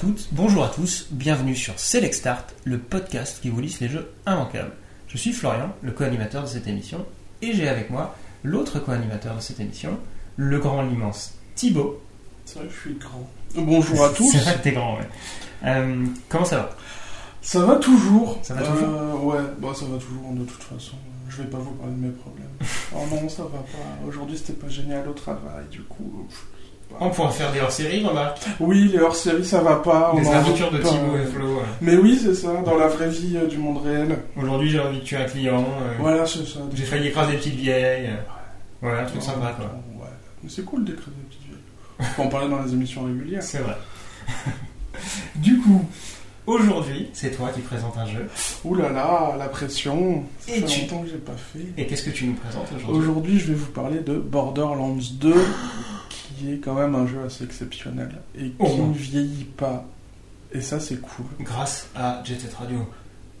toutes, bonjour à tous, bienvenue sur Select Start, le podcast qui vous lisse les jeux immanquables. Je suis Florian, le co-animateur de cette émission, et j'ai avec moi l'autre co-animateur de cette émission, le grand, l'immense Thibaut. C'est vrai que je suis grand. Bonjour à tous. C'est vrai que t'es grand, ouais. Euh, comment ça va Ça va toujours. Ça va toujours Euh, Ouais, bah ça va toujours de toute façon. Je vais pas vous parler de mes problèmes. oh non, ça va pas. Aujourd'hui c'était pas génial au travail, du coup. euh, pff, bah. On pourra faire des hors-séries, remarque. Oui, les hors-série ça va pas. Les Ah, en aventures de rajoute pas. Thibaut et Flo. euh. Mais oui, c'est ça, dans la vraie vie euh, du monde réel. Aujourd'hui, j'ai envie de tuer un client. euh, Voilà, c'est ça. J'ai failli écraser des petites vieilles. euh. Voilà, un truc sympa, quoi. Ouais. Mais c'est cool d'écrire des petites vieilles. On peut en parler dans les émissions régulières. C'est vrai. du coup, aujourd'hui, c'est toi qui présentes un jeu. Ouh là là, la pression. Ça Et fait tu- longtemps que j'ai pas fait. Et qu'est-ce que tu nous présentes aujourd'hui Aujourd'hui, je vais vous parler de Borderlands 2, qui est quand même un jeu assez exceptionnel et qui Oh. ne vieillit pas. Et ça, c'est cool. Grâce à Jet Set Radio.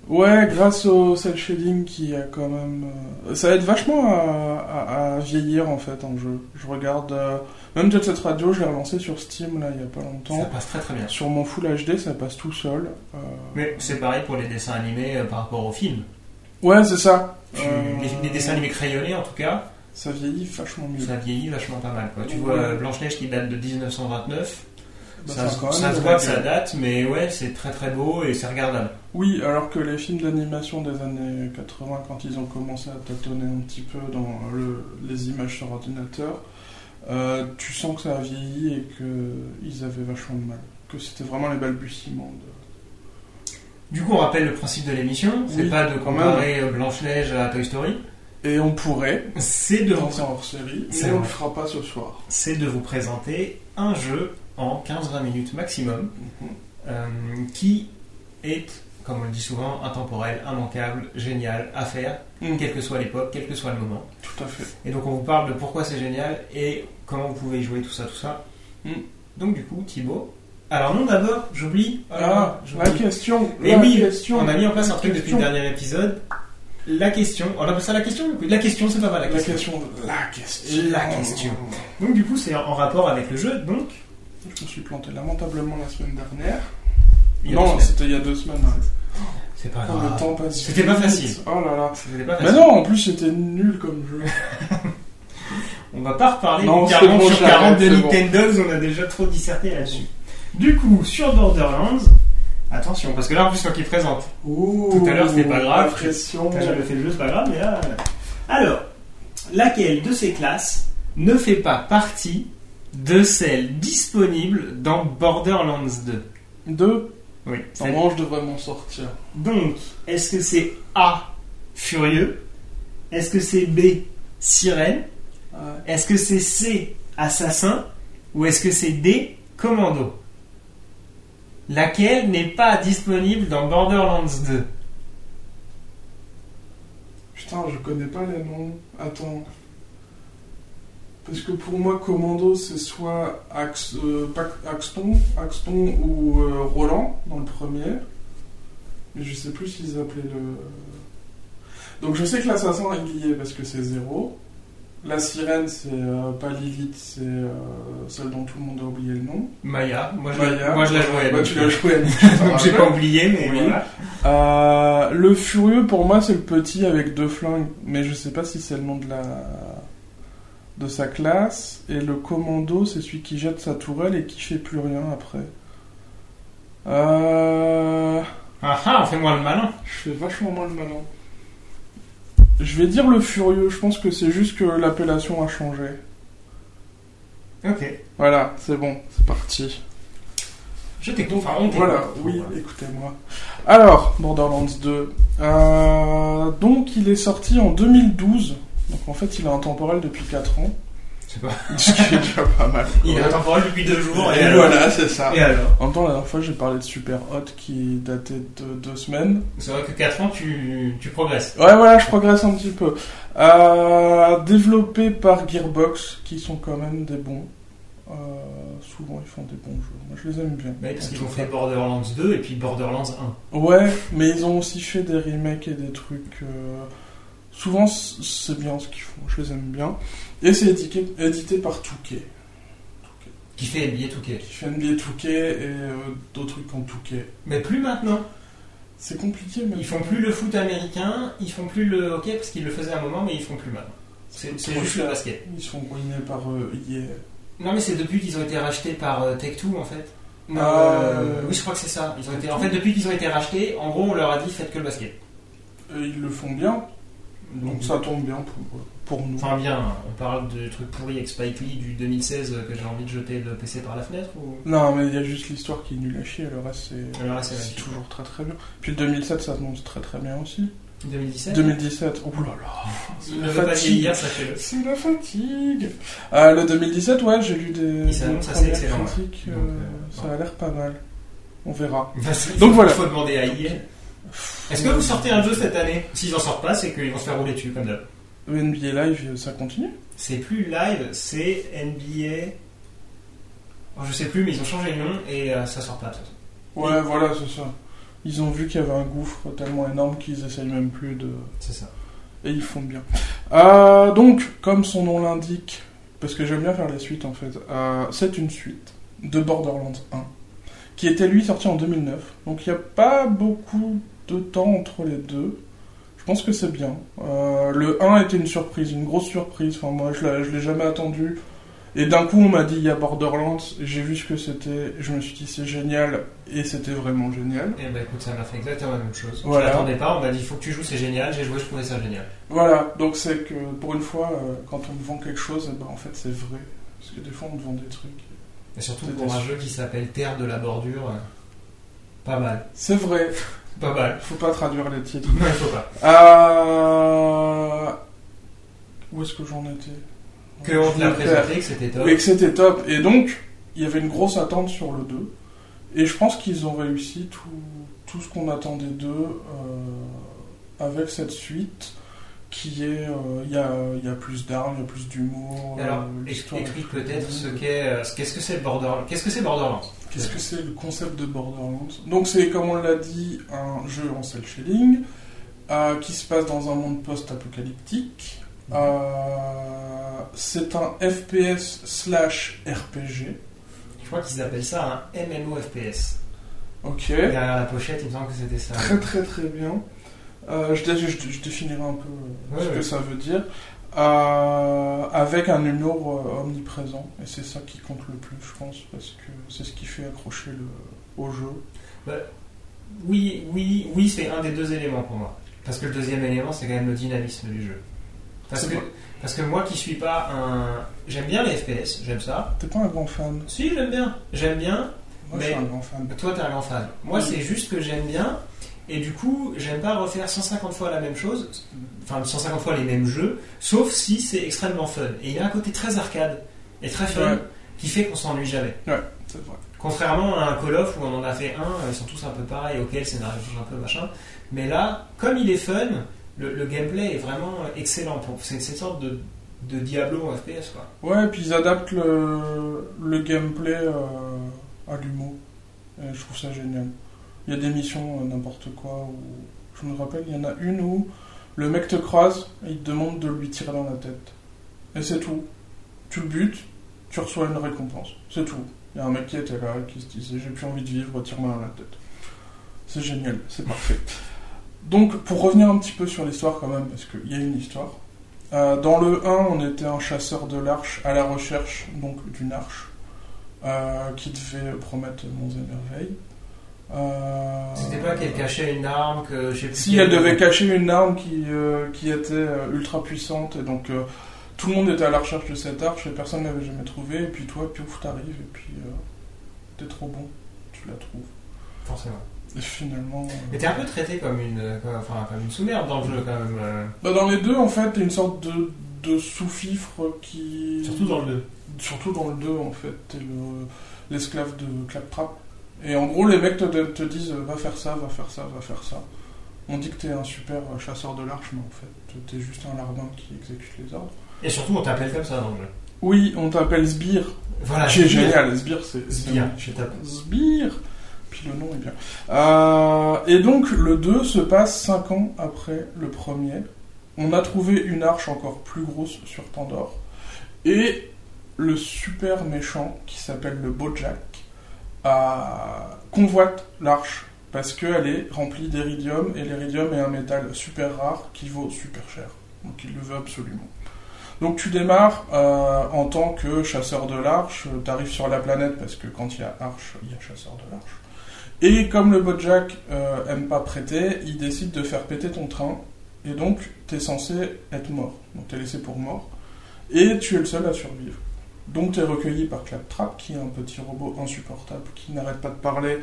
Ouais, grâce au cel shading qui a quand même. euh, Ça aide vachement à, à- à vieillir en fait en jeu. Je regarde. euh, Même Jet Set Radio, je l'ai relancé sur Steam là il y a pas Ça longtemps. passe très très bien. Sur mon Full HD, ça passe tout seul. euh, Mais c'est pareil pour les dessins animés euh, par rapport aux films. Ouais, c'est ça. Tu- Euh, les, les dessins animés crayonnés, en tout cas, Ça vieillit vachement mieux. ça vieillit vachement pas mal. quoi. Tu Ouais. vois euh, Blanche-Neige qui date de 1929, Bah, ça, ça a quand même euh. ça se de voit la que ça gueule. date, mais ouais, c'est très très beau et c'est regardable. Oui, alors que les films d'animation des années 80, quand ils ont commencé à tâtonner un petit peu dans le- les images sur ordinateur, euh, tu sens que ça a vieilli et qu'ils avaient vachement de mal. Que c'était vraiment les balbutiements. de- Du coup, on rappelle le principe de l'émission c'est Oui, pas de quand même. comparer euh, Blanche-Neige à Toy Story, Et on pourrait, c'est de, dans un hors-série, C'est mais vrai. on le fera pas ce soir. c'est de vous présenter un jeu en 15-20 minutes maximum. euh, qui est, comme on le dit souvent, intemporel, immanquable, génial à faire, Mhm. quelle que soit l'époque, quel que soit le moment. Tout à fait. Et donc on vous parle de pourquoi c'est génial et comment vous pouvez y jouer, tout ça, tout ça. Hmm. Mhm. Donc du coup, Thibaut. Alors non, d'abord, j'oublie. Oh là là, Ah, la j'oublie. question Eh la oui, question on a mis en place un truc depuis question. le dernier épisode. La question. On appelle ça la question du coup La question, c'est pas mal, la La question. question. La question. La question. Donc du coup, c'est en rapport avec le jeu, donc. Je me suis planté lamentablement la semaine dernière. il y a Non, deux semaines. c'était il y a deux semaines. hein. c'est pas Oh, le grave. temps passe. Ah, C'était pas vite. facile. Oh là là. C'était pas Mais facile. non, en plus c'était nul comme jeu. On va pas reparler Non, du c'est 40 bon, sur j'arrête, 40 de c'est bon. Nintendo, on a déjà trop disserté là-dessus. Du coup, sur Borderlands, attention, parce que là en plus, toi qui présente, Tout à l'heure, c'était pas grave. Oh, La pression. t'as jamais fait le jeu, c'est pas grave, mais là. euh. Alors, laquelle de ces classes ne fait pas partie de celle disponible dans Borderlands 2 Deux. Oui, celle- Normalement, je devrais m'en sortir. Donc, est-ce que c'est A, Furieux Est-ce que c'est B, Sirène Ouais. Est-ce que c'est C, assassin Ou est-ce que c'est D, commando Laquelle n'est pas disponible dans Borderlands 2 Putain, je connais pas les noms. Attends. Parce que pour moi, Commando, c'est soit Ax- euh, Pac- Axton, Axton ou euh, Roland dans le premier. Mais je sais plus s'ils appelaient le. Donc je sais que l'assassin il y est parce que c'est zéro. La sirène, c'est euh, pas Lilith, c'est euh, celle dont tout le monde a oublié le nom. Maya, moi je, Maya. La, moi, je la jouais. Bah, donc, tu l'as joué. Annie. donc j'ai pas oublié, mais Oui. voilà. Euh, le furieux pour moi c'est le petit avec deux flingues, mais je sais pas si c'est le nom de la de sa classe. Et le commando c'est celui qui jette sa tourelle et qui fait plus rien après. Euh... Ah ah, fais-moi le malin. Je fais vachement moins le malin. Je vais dire le furieux. Je pense que c'est juste que l'appellation a changé. Ok. Voilà, c'est bon, c'est parti. Je t'écoute. Enfin, on t'écoute. Voilà, oui, écoutez-moi. Alors, Borderlands 2. Euh, donc, il est sorti en 2012. Donc, en fait, il est intemporel depuis 4 ans. C'est pas. Ce qui est déjà pas mal. Il est quoi. intemporel depuis deux jours. Et, Et alors voilà, c'est ça. Et alors En même temps, la dernière fois, j'ai parlé de Super Hot qui datait de deux semaines. C'est vrai que 4 ans, tu, tu progresses. Ouais, voilà, je progresse un petit peu. Euh, développé par Gearbox, qui sont quand même des bons. Euh, souvent, ils font des bons jeux. Moi, je les aime bien. Mais Bah parce En qu'ils tout ont cas. fait Borderlands 2 et puis Borderlands 1. Ouais, mais ils ont aussi fait des remakes et des trucs. euh, Souvent, c- c'est bien ce qu'ils font, je les aime bien. Et c'est étiqué- édité, par Touquet. Qui fait NBA 2K. qui fait NBA 2K et euh, d'autres trucs en 2K. Mais plus maintenant. C'est compliqué, mais Ils font plus le foot américain, ils font plus le hockey parce qu'ils le faisaient à un moment, mais ils font plus maintenant. C'est c'est juste le basket. ils sont ruinés par euh, EA. Non, mais c'est depuis qu'ils ont été rachetés par euh, Tech2 en fait. Non, Ah. euh, oui, je crois que c'est ça. Ils ont été, en fait, depuis qu'ils ont été rachetés, en gros, on leur a dit faites que le basket. Et ils le font bien, donc ça tombe bien pour, euh, pour nous. Mhm. Enfin bien, on parle de trucs pourris avec Spike Lee du 2016 euh, que j'ai envie de jeter le PC par la fenêtre ou... Non, mais il y a juste l'histoire qui est nulle à chier, le reste c'est- Alors là, c'est c'est la toujours très très bien. Puis 2007 ça annonce très très bien aussi. 2017 2017, oulala, oh là Il ne veut pas Fatigue. vieillir, sachez-le. c'est la fatigue. Euh, le 2017, ouais, j'ai lu des, Il s'annonce des assez premières excellent, ouais. critiques, euh, Donc, euh, ça a l'air pas mal. On verra. Donc voilà. voilà. Il faut demander à IA. Est-ce que vous sortez un jeu cette année S'ils en sortent pas, c'est qu'ils vont se faire rouler dessus comme d'hab. Le NBA Live, ça continue C'est plus live, c'est NBA. Oh, je sais plus, mais ils ont changé de nom et euh, ça sort pas. de toute façon. Ouais, voilà, c'est ça. Ils ont vu qu'il y avait un gouffre tellement énorme qu'ils essayent même plus de. C'est ça. Et ils font bien. Euh, donc, comme son nom l'indique, parce que j'aime bien faire les suites en fait, euh, c'est une suite de Borderlands 1, qui était lui sorti en 2009. Donc il n'y a pas beaucoup de temps entre les deux. Je pense que c'est bien. Euh, le 1 était une surprise, une grosse surprise. Enfin, moi, je ne l'ai jamais attendu. Et d'un coup, on m'a dit il y a Borderlands. J'ai vu ce que c'était. Je me suis dit c'est génial. Et c'était vraiment génial. Et bah écoute, ça m'a fait exactement la même chose. Voilà. Je l'attendais pas, on m'a dit il faut que tu joues, c'est génial. J'ai joué, je trouvais ça génial. Voilà, donc c'est que pour une fois, euh, quand on me vend quelque chose, eh ben, en fait c'est vrai. Parce que des fois on me vend des trucs. Et surtout Tout pour à un fait. jeu qui s'appelle Terre de la bordure. euh, Pas mal. C'est vrai, Pas mal. faut pas traduire les titres. Non, il faut pas. Euh... Où est-ce que j'en étais Que on te l'a Je me perds. présenté, que c'était top. Et que c'était top. Et donc, il y avait une grosse attente sur le 2. Et je pense qu'ils ont réussi tout, tout ce qu'on attendait d'eux euh, avec cette suite qui est... euh, Il y, a, il y a plus d'armes, il y a plus d'humour. Et Alors, euh, ex- l'histoire est explique plus peut-être ce longue. qu'est euh, ce- qu'est-ce que c'est Borderlands. Qu'est-ce que c'est Borderlands Qu'est-ce que c'est le concept de Borderlands Donc c'est, comme on l'a dit, un jeu en cel shading euh, qui se passe dans un monde post-apocalyptique. Mhm. Euh, c'est un FPS slash RPG. Je crois qu'ils appellent ça un MMOFPS. Ok. Derrière la pochette, il me semble que c'était ça. Très très très bien. Euh, je, dé- je- je définirai un peu euh, Ouais, ce que ouais. ça veut dire. Euh, avec un humour euh, omniprésent. Et c'est ça qui compte le plus, je pense, parce que c'est ce qui fait accrocher le, au jeu. Oui, oui, oui, c'est un des deux éléments pour moi. Parce que le deuxième élément, c'est quand même le dynamisme du jeu. Parce C'est que, vrai. parce que moi qui suis pas un. J'aime bien les FPS, j'aime ça. Ah, T'es pas un grand fan Si, j'aime bien. J'aime bien, Moi, Mais- je suis un grand fan. Toi, t'es un grand fan. Moi, Oui. c'est juste que j'aime bien. Et du coup, j'aime pas refaire 150 fois la même chose, enfin 150 fois les mêmes jeux, sauf si c'est extrêmement fun. Et il y a un côté très arcade et très fun Ouais. qui fait qu'on s'ennuie jamais. C'est vrai. Contrairement à un Call of où on en a fait un, euh, ils sont tous un peu pareils, ok, le scénario change un peu, machin. Mais là, comme il est fun, le, le gameplay est vraiment excellent. pour- C'est c'est une sorte de, de Diablo en FPS, quoi. Ouais, et puis ils adaptent le, le gameplay euh, à l'humour. Et je trouve ça génial. Il y a des missions euh, n'importe quoi. Où, je me rappelle, il y en a une où le mec te croise et il te demande de lui tirer dans la tête. Et c'est tout. Tu le butes, tu reçois une récompense. C'est tout. Il y a un mec qui était là qui se disait J'ai plus envie de vivre, tire-moi dans la tête. C'est génial, c'est parfait. Donc, pour revenir un petit peu sur l'histoire quand même, parce qu'il y a une histoire. Euh, dans le 1, on était un chasseur de l'arche à la recherche donc d'une arche euh, qui devait promettre monts et merveilles. Euh, C'était pas qu'elle cachait une arme, que je sais plus. Si elle devait cacher une arme qui, euh, qui était euh, ultra puissante, et donc euh, tout le monde était à la recherche de cette arche et personne ne l'avait jamais trouvée, et puis toi, piouf, t'arrives, et puis euh, t'es trop bon, tu la trouves. Forcément. Et finalement. euh, Mais t'es un peu traité comme une, euh, comme, enfin, comme une sous-merde dans le jeu quand même. euh, bah, dans les deux, en fait, t'es une sorte de, de sous-fifre qui. le 2. Surtout dans le 2, en fait, t'es le- l'esclave de Claptrap. Et en gros, les mecs te, te disent va faire ça, va faire ça, va faire ça. On dit que t'es un super euh, chasseur de l'arche, mais en fait, t'es juste un larbin qui exécute les ordres. Et surtout, on t'appelle comme ça dans le jeu. Oui, on t'appelle Sbire, Voilà. qui est c'est génial. Sbire, c'est. Ah, c'est- Sbire, je tape. Sbire Puis le nom est bien. Euh, et donc, le 2 se passe 5 ans après le premier. On a trouvé une arche encore plus grosse sur Pandore. Et le super méchant qui s'appelle le Bojack a- convoite l'arche parce qu'elle est remplie d'éridium et l'éridium est un métal super rare qui vaut super cher. Donc il le veut absolument. Donc tu démarres euh, en tant que chasseur de l'arche, tu arrives sur la planète parce que quand il y a arche, il y a chasseur de l'arche. Et comme le Bojack euh, aime pas prêter, il décide de faire péter ton train et donc t'es censé être mort. Donc t'es laissé pour mort et tu es le seul à survivre. Donc tu es recueilli par Claptrap, qui est un petit robot insupportable, qui n'arrête pas de parler,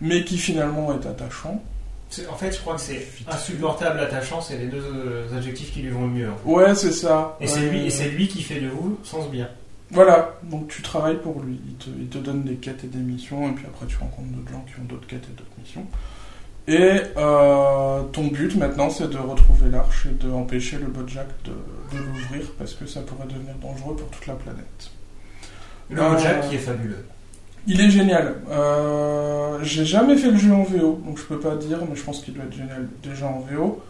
mais qui finalement est attachant. C'est- En fait, je crois que c'est insupportable, attachant, c'est les deux euh, adjectifs qui lui vont le mieux. hein. Ouais, c'est ça. Et c'est Euh, lui, et c'est lui qui fait de vous sens bien. Voilà, donc tu travailles pour lui. Il te, il te donne des quêtes et des missions, et puis après tu rencontres d'autres gens qui ont d'autres quêtes et d'autres missions. Et euh, ton but maintenant, c'est de retrouver l'arche et d'empêcher le Bojack de, de l'ouvrir, parce que ça pourrait devenir dangereux pour toute la planète. Le Euh, Bojack qui est fabuleux. Il est génial. Euh, J'ai jamais fait le jeu en VO, donc je peux pas dire, mais je pense qu'il doit être génial déjà en VO.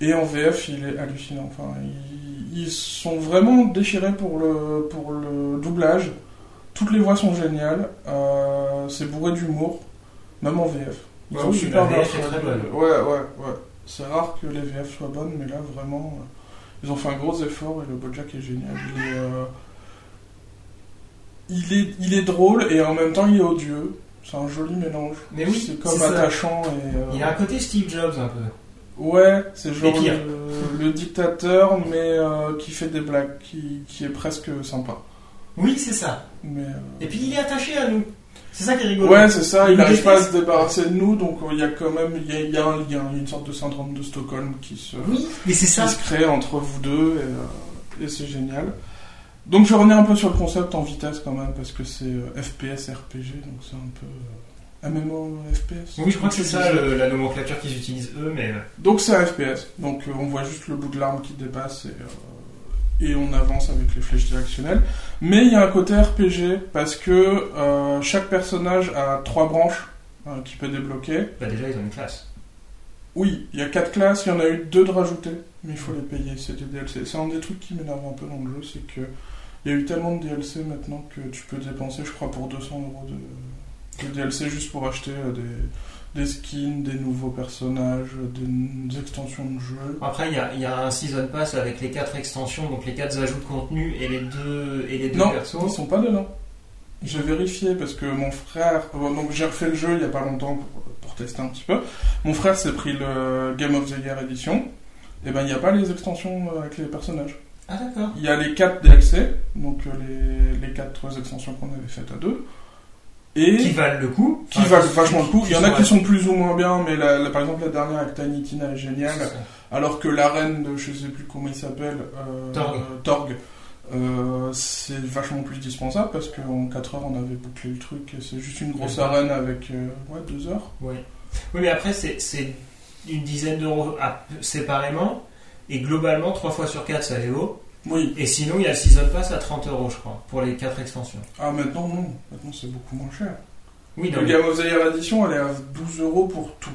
Et en VF, il est hallucinant. Enfin, ils, ils sont vraiment déchirés pour le, pour le doublage. Toutes les voix sont géniales. Euh, C'est bourré d'humour, même en VF. Ils Ouais, sont oui, super la bien VF est très travaillés. bonne. Ouais, ouais, ouais. C'est rare que les VF soient bonnes, mais là, vraiment, euh, ils ont fait un gros effort et le Bojack est génial. Il est, euh, il est, il est drôle et en même temps il est odieux. C'est un joli mélange. Mais oui, c'est comme c'est ça. attachant et. euh, Il a un côté Steve Jobs un peu. Ouais, c'est genre Et pire. le, le dictateur, mais euh, qui fait des blagues, qui, qui est presque sympa. Oui, c'est ça. Mais, euh, Et puis il est attaché à nous. C'est ça qui est rigolo. Ouais, c'est ça, Il il nous n'arrive pas à se déteste. débarrasser de nous, donc euh, il y a quand même il y a, il y a un lien, il y a une sorte de syndrome de Stockholm qui se, Oui, mais c'est ça. qui se crée entre vous deux, et, euh, et c'est génial. Donc je vais revenir un peu sur le concept en vitesse quand même, parce que c'est euh, FPS, RPG, donc c'est un peu... euh, MMO, FPS Oui, je crois que c'est ça le- la nomenclature qu'ils utilisent eux, mais. euh, Donc c'est un FPS, donc euh, on voit juste le bout de l'arme qui dépasse et, euh, et on avance avec les flèches directionnelles. Mais il y a un côté RPG, parce que euh, chaque personnage a trois branches euh, qu'il peut débloquer. Bah déjà, ils ont une classe. Oui, il y a quatre classes, il y en a eu deux de rajoutées, mais il faut les payer, c'est des DLC. C'est un des trucs qui m'énerve un peu dans le jeu, c'est que il y a eu tellement de DLC maintenant que tu peux dépenser, je crois, pour 200 euros de, de DLC juste pour acheter euh, des, des skins, des nouveaux personnages, des, des extensions de jeu. Après, il y a, il y a un season pass avec les quatre extensions, donc les quatre ajouts de contenu et les deux et les deux Non, ils persos. sont pas dedans. J'ai vérifié parce que mon frère, euh, donc j'ai refait le jeu il y a pas longtemps pour, pour tester un petit peu. Mon frère s'est pris le Game of the Year Edition. Et ben il n'y a pas les extensions euh, avec les personnages. Ah d'accord. Il y a les 4 DLC, donc euh, les, les 4 extensions qu'on avait faites à deux, et Qui qui, valent le coup. Enfin, valent vachement le coup. Il y en a qui à- sont plus ou moins bien, mais la, la- par exemple la dernière avec Tiny Tina est C'est géniale, ça. alors que la reine de je sais plus comment il s'appelle, euh, Torg. euh, Torg, euh, c'est vachement plus dispensable parce qu'en 4 heures on avait bouclé le truc, et c'est juste une grosse Ouais. arène avec euh, ouais, 2 heures. Oui. Oui, mais après, c'est- c'est une dizaine d'euros à- séparément. Et globalement, 3 fois sur 4, ça les vaut. Oui, Et sinon, il y a le Season Pass à 30 euros, je crois, pour les 4 extensions. ah maintenant non, maintenant c'est beaucoup moins cher. Oui, non, le mais- Game of the Year Edition elle est à 12 euros pour tout,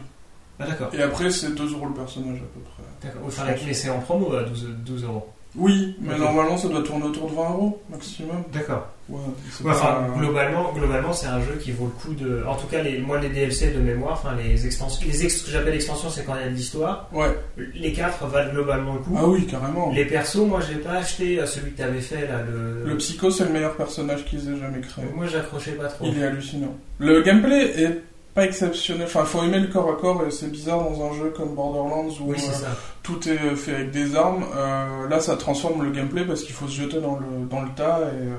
Ah, d'accord. et après c'est 2 euros le personnage à peu près. D'accord. Enfin, avec- mais c'est en promo à 12, 12 euros. Oui, mais Ok. normalement ça doit tourner autour de 20 euros maximum. D'accord. Ouais, c'est Ouais, pas- enfin, globalement, globalement c'est un jeu qui vaut le coup de. En tout cas, les, moi, les DLC de mémoire, enfin, les extensions. Les ex- ce que j'appelle extensions, c'est quand il y a de l'histoire. Ouais. Les 4 valent globalement le coup. Ah oui, carrément. Les persos, moi, j'ai pas acheté euh, celui que t'avais fait, là, le. Le psycho, c'est le meilleur personnage qu'ils aient jamais créé. Moi, j'accrochais pas trop. Il est hallucinant. Le gameplay est pas exceptionnel. Enfin, faut aimer le corps à corps et c'est bizarre dans un jeu comme Borderlands où Oui, c'est euh, ça. tout est fait avec des armes. Euh, là, ça transforme le gameplay parce qu'il faut se jeter dans le, dans le tas et euh,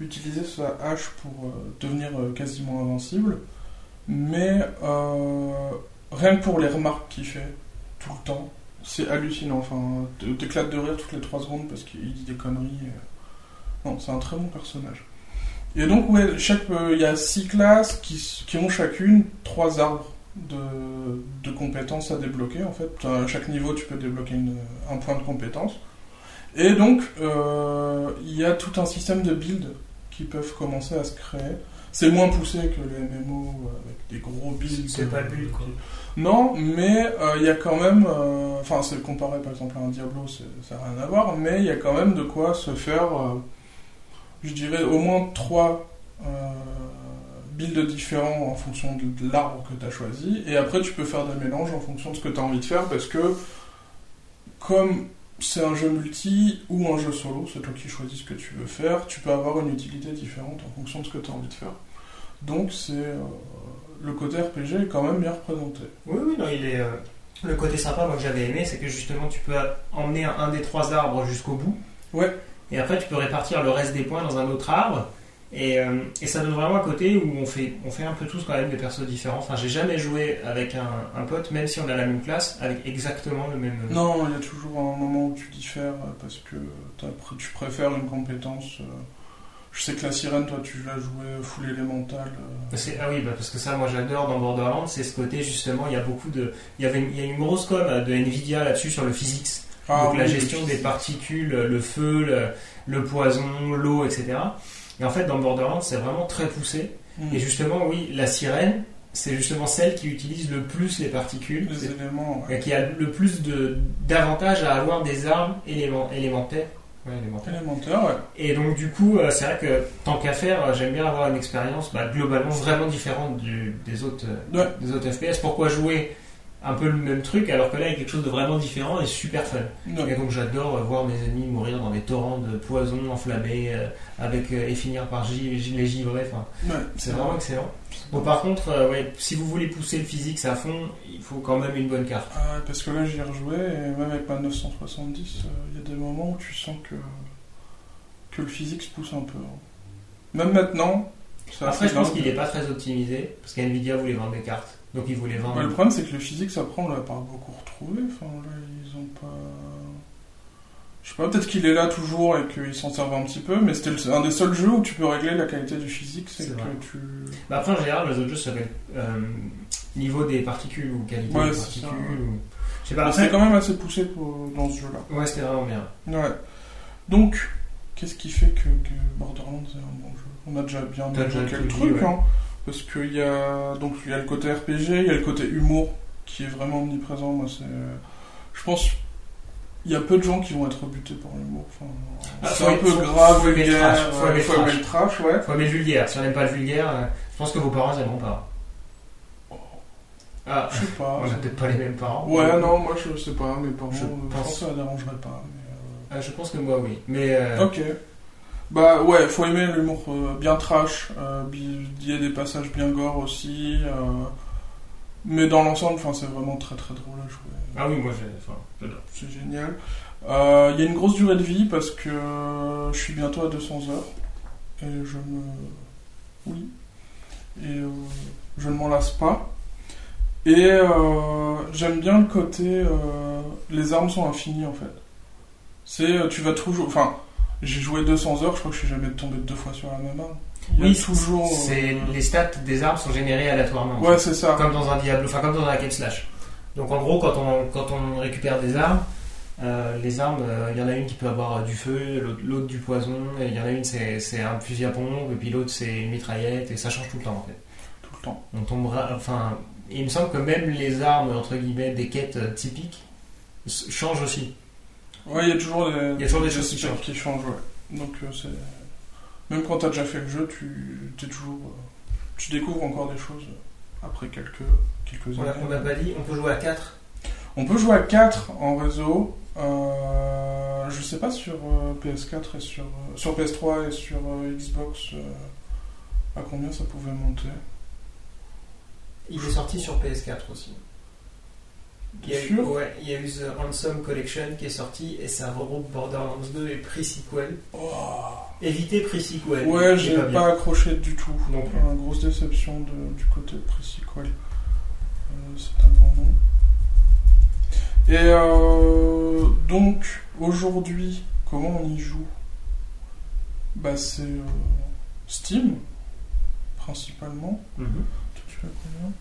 utiliser sa hache pour euh, devenir euh, quasiment invincible. Mais euh, rien que pour les remarques qu'il fait tout le temps, c'est hallucinant. Enfin, t- t'éclates de rire toutes les 3 secondes parce qu'il dit des conneries. euh. Non, c'est un très bon personnage. Et donc, ouais, chaque- euh, il y a 6 classes qui, s- qui ont chacune 3 arbres de, de compétences à débloquer en fait. À chaque niveau, tu peux débloquer une- un point de compétence. Et donc, euh, il y a tout un système de builds qui peuvent commencer à se créer. C'est moins poussé que les MMO avec des gros builds. C'est pas le but, quoi. Non, mais euh, il y a quand même. euh, Enfin, c'est comparé par exemple à un Diablo, c'est- ça n'a rien à voir, mais il y a quand même de quoi se faire. euh, je dirais, au moins trois euh, builds différents en fonction de, de l'arbre que tu as choisi. Et après, tu peux faire des mélanges en fonction de ce que tu as envie de faire parce que, comme c'est un jeu multi ou un jeu solo, c'est toi qui choisis ce que tu veux faire, tu peux avoir une utilité différente en fonction de ce que tu as envie de faire. Donc, c'est. euh, le côté RPG est quand même bien représenté. Oui, oui, non, il est. euh, Le côté sympa, moi, que j'avais aimé, c'est que justement, tu peux emmener un, un des trois arbres jusqu'au bout. Ouais. Et après, tu peux répartir le reste des points dans un autre arbre. Et, euh, et ça donne vraiment un côté où on fait, on fait un peu tous quand même des persos différents. Enfin, j'ai jamais joué avec un, un pote, même si on a la même classe, avec exactement le même. euh, Non, il y a toujours un moment où tu diffères euh, parce que t'as pr- tu préfères une compétence. euh, Je sais que la sirène, toi, tu l'as joué full élémental. euh, C'est- Ah oui, bah, parce que ça, moi j'adore dans Borderlands, c'est ce côté justement, il y a beaucoup de. Il y, avait une, il y a une grosse com euh, de Nvidia là-dessus sur le physics. Donc la Ah oui, gestion tu- des particules, le feu, le, le poison, l'eau, etc. Et en fait, dans Borderlands, c'est vraiment très poussé. Mm. Et justement, oui, la sirène, c'est justement celle qui utilise le plus les particules, les éléments. ouais. et qui a le plus de- d'avantages à avoir des armes élément- élémentaires. Ouais, élémentaires. Élémentaire, ouais. Et donc, du coup, euh, c'est vrai que tant qu'à faire, euh, j'aime bien avoir une expérience bah, globalement vraiment différente du- des, autres, euh, Ouais. des autres FPS. Pourquoi jouer un peu le même truc alors que là, il y a quelque chose de vraiment différent et super fun Ouais. et donc j'adore euh, voir mes ennemis mourir dans des torrents de poison enflammés euh, avec, euh, et finir par gi- gi- les givrer. Enfin, Ouais. c'est vraiment excellent. Bon, par contre, euh, ouais, si vous voulez pousser le physique à fond, il faut quand même une bonne carte. Ah, parce que là, j'y ai rejoué, et même avec ma 970, euh, il y a des moments où tu sens que, que le physique se pousse un peu. hein. Même maintenant, ça Après, je pense qu'il n'est pas très optimisé parce qu'NVIDIA voulait vendre des cartes. Donc ils voulaient vendre. Bah, le problème, c'est que le physique, après, on l'a pas beaucoup retrouvé. Enfin, là, ils ont pas. Je sais pas, peut-être qu'il est là toujours et qu'ils s'en servent un petit peu, mais c'était le- un des seuls jeux où tu peux régler la qualité du physique, c'est C'est que vrai. tu. Bah, après, en général, les autres jeux s'appellent euh, niveau des particules ou qualité Ouais, des particules. c'est ça, ouais. ou- Je sais Mais pas, C'était après. quand même assez poussé pour- dans ce jeu-là. Ouais, c'était vraiment bien. Ouais. Donc, qu'est-ce qui fait que, que Borderlands est un bon jeu On a déjà bien T'as déjà évoqué tout le dit, truc, ouais. hein, parce qu'il y a donc il y a le côté RPG, il y a le côté humour qui est vraiment omniprésent. Moi, c'est, je pense, il y a peu de gens qui vont être butés par l'humour. Enfin, Ah, faut c'est un aimer- peu faut- grave, faut aimer le vulgaire, trash, faut ouais, aimer le faut aimer le trash, ouais. Faut aimer le vulgaire. Si on n'aime pas le vulgaire, euh, je pense que vos parents n'aimeront pas. Oh. Ah, Je sais pas. on n'a peut-être Ah, pas les mêmes parents. Ouais, non, moi je sais pas, mes parents, Je je, pense... pense- que ça ne dérangerait pas. mais, euh, Ah, je pense que moi, oui. Mais euh, Ok. Bah ouais, faut aimer l'humour euh, bien trash. euh, bi- Il y a des passages bien gore aussi. euh, mais dans l'ensemble, enfin, c'est vraiment très très drôle à jouer. ah oui, moi, j'ai- enfin, j'adore. C'est génial. Euh, Il y a une grosse durée de vie parce que euh, je suis bientôt à 200 heures. Et je me... Oui. Et euh, je ne m'en lasse pas. Et euh, j'aime bien le côté... euh, les armes sont infinies en fait. C'est... euh, Tu vas toujours... Enfin, j'ai joué 200 heures, je crois que je suis jamais tombé deux fois sur la même arme. Il y a Oui, toujours... euh, C'est les stats des arbres sont générées aléatoirement. en Ouais, fait. c'est ça. Comme dans un Diablo, enfin comme dans un hack and slash. Donc en gros, quand on quand on récupère des armes, euh, les armes, euh, il y en a une qui peut avoir euh, du feu, l'autre- l'autre du poison, et il y en a une c'est c'est un fusil à pompe, et puis l'autre c'est une mitraillette, et ça change tout le temps en fait. Tout le temps. on tombera. Enfin, il me semble que même les armes, entre guillemets, des quêtes euh, typiques s- changent aussi. Ouais, il y a toujours des, Il y a toujours des choses qui specs changent. qui changent. ouais. Donc, euh, c'est... même quand t'as déjà fait le jeu, tu, t'es toujours, euh, tu découvres encore des choses euh, après quelques, quelques On années. a- on n'a pas dit, on peut jouer à 4. On peut jouer à 4 en réseau. Euh, je sais pas sur euh, PS4 et sur, euh, sur PS3 et sur euh, Xbox euh, à combien ça pouvait monter. Il est sorti sur PS4 aussi. Il y a eu, Sûr ouais, il y a eu The Handsome Collection qui est sorti et ça regroupe Borderlands 2 et Pre-Sequel. Oh. Évitez Pre-Sequel. il Ouais, est j'ai pas, bien. accroché du tout. Non plus. Euh, grosse déception de- du côté de Prissy Quell. Euh, c'est un grand nom. Et euh, donc, aujourd'hui, comment on y joue Bah, c'est euh, Steam, principalement. Mhm. Tu fais combien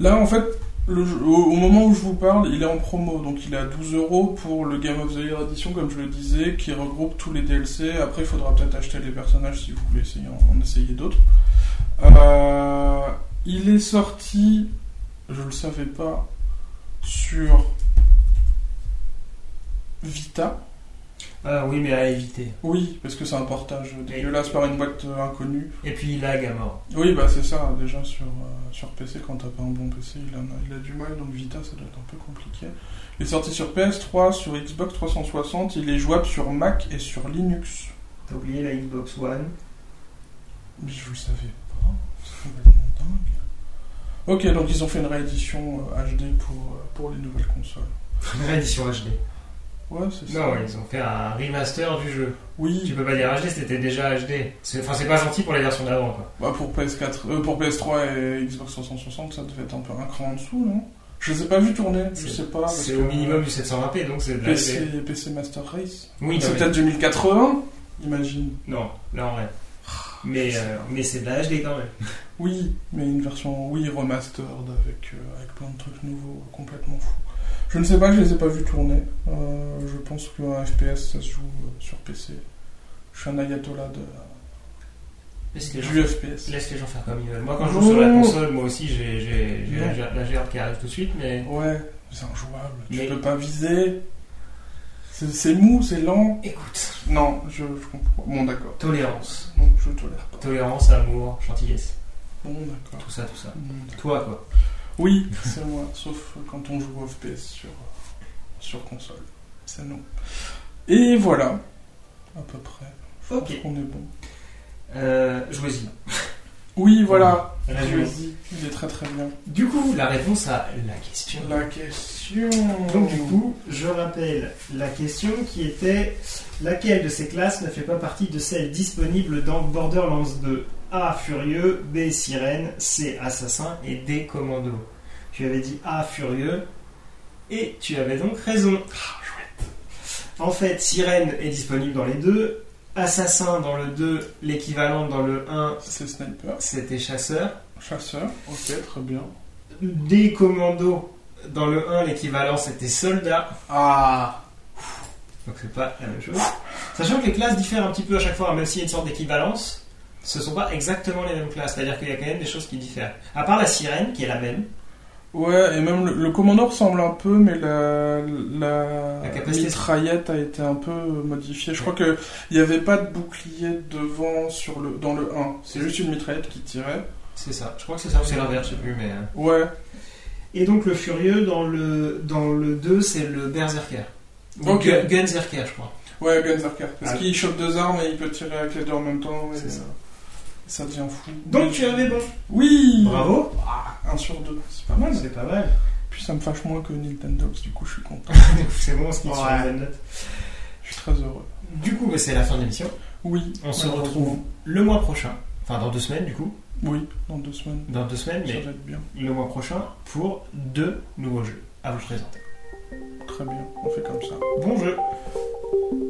Là, en fait, le jeu- au, au moment où je vous parle, il est en promo. Donc, il est à 12 euros pour le Game of the Year Edition, comme je le disais, qui regroupe tous les DLC. Après, il faudra peut-être acheter les personnages si vous voulez essayer, en, en essayer d'autres. Euh, il est sorti, je le savais pas, sur Vita. Ah oui, mais à éviter. Oui, parce que c'est un portage dégueulasse par une boîte euh, inconnue. Et puis il lag à mort. Oui, bah c'est ça, déjà sur, euh, sur PC, quand t'as pas un bon PC, il, en a, il a du mal, donc Vita ça doit être un peu compliqué. Il est sorti sur PS3, sur Xbox 360, il est jouable sur Mac et sur Linux. T'as oublié la Xbox One. Mais je le savais pas, c'est complètement dingue. Ok, donc ils ont fait une réédition euh, HD pour, euh, pour les nouvelles consoles. Réédition HD. Ouais, c'est ça. Non, ils ont fait un remaster du jeu. Oui, Tu peux pas dire HD, c'était déjà HD. C'est- Enfin, c'est pas gentil pour les versions d'avant, quoi. Bah pour PS4, euh, pour PS3 et Xbox 360, ça devait être un peu un cran en dessous, non Je les ai pas vus tourner, je C'est- sais pas. parce C'est que- au minimum du 720p, donc c'est de la PC, HD. PC Master Race. Oui, non, c'est mais- peut-être 2080, Ah imagine. Non, là en vrai. Ah, Mais, euh, mais c'est de la HD quand même. Oui, mais une version, oui, remastered avec, euh, avec plein de trucs nouveaux, euh, complètement fous. Je ne sais pas, je les ai pas vus tourner. Euh, je pense qu'un FPS, ça se joue euh, sur PC. Je suis un ayatollah de, Laisse les, gens, du FPS. laisse les gens faire comme ils veulent. Moi, quand je joue sur la Non. console, moi aussi, j'ai- j'ai j'ai la Non. ger- la gerbe qui arrive tout de suite, mais. Ouais, c'est injouable. Mais- Tu peux pas viser. C'est c'est mou, c'est lent. Écoute, Non, je, je comprends. Bon, d'accord. tolérance. Non, je tolère pas. Tolérance, amour, gentillesse. Bon, d'accord. Hmm. Tout ça, tout ça. Bon, d'accord. Toi, quoi. Oui, c'est moi. Sauf quand on joue au FPS sur, sur console. C'est non. Et voilà. À peu près. Je pense Ok. qu'on est bon. Euh, Jouez-y. Oui, voilà. Résumé. Vas-y. Il est très très bien. Du coup, la réponse à la question. La question. Donc du coup, je rappelle la question qui était laquelle de ces classes ne fait pas partie de celles disponibles dans Borderlands 2 A furieux, B sirène, C assassin et D commando. Tu avais dit A furieux et tu avais donc raison. Ah, En fait, sirène est disponible dans les deux, assassin dans le 2, l'équivalent dans le 1, C'est sniper. c'était chasseur. Chasseur. Ok, très bien. D commando dans le 1, l'équivalent c'était soldat. Ah. Donc c'est pas la même chose. Sachant que les classes diffèrent un petit peu à chaque fois, hein, même s'il y a une sorte d'équivalence, ce sont pas exactement les mêmes classes. C'est-à-dire qu'il y a quand même des choses qui diffèrent. À part la sirène, qui est la même, Ouais, et même le, le commando ressemble un peu, mais la, la, La capacité- mitraillette a été un peu modifiée. Je crois que il n'y avait pas de bouclier devant sur le, dans le 1. C'est juste une mitraillette qui tirait. c'est ça. Je crois que c'est ça ou c'est l'inverse, je sais plus, mais. hein. Ouais, Et donc le furieux dans le, dans le 2, c'est le berserker. Ou Ok. Gun- Gunzerker, je crois. ouais, Gunzerker. Parce Ah. qu'il chope deux armes et il peut tirer avec les deux en même temps. et, C'est ça. euh, ça devient fou. Donc tu avais bon. Oui Bravo. Ah, Un sur deux. C'est pas mal. C'est pas mal. Puis ça me fâche moins que Nintendo, du coup je suis content. c'est bon, on se quitte sur une Ouais. bonne note. Je suis très heureux. Du coup, bah, c'est la fin de l'émission. Oui. On se malheureusement. retrouve le mois prochain. Enfin, dans deux semaines, du coup. Oui, dans deux semaines. Dans deux semaines, Ça mais va être bien. le mois prochain pour deux nouveaux jeux à vous présenter. Très bien. On fait comme ça. Bon jeu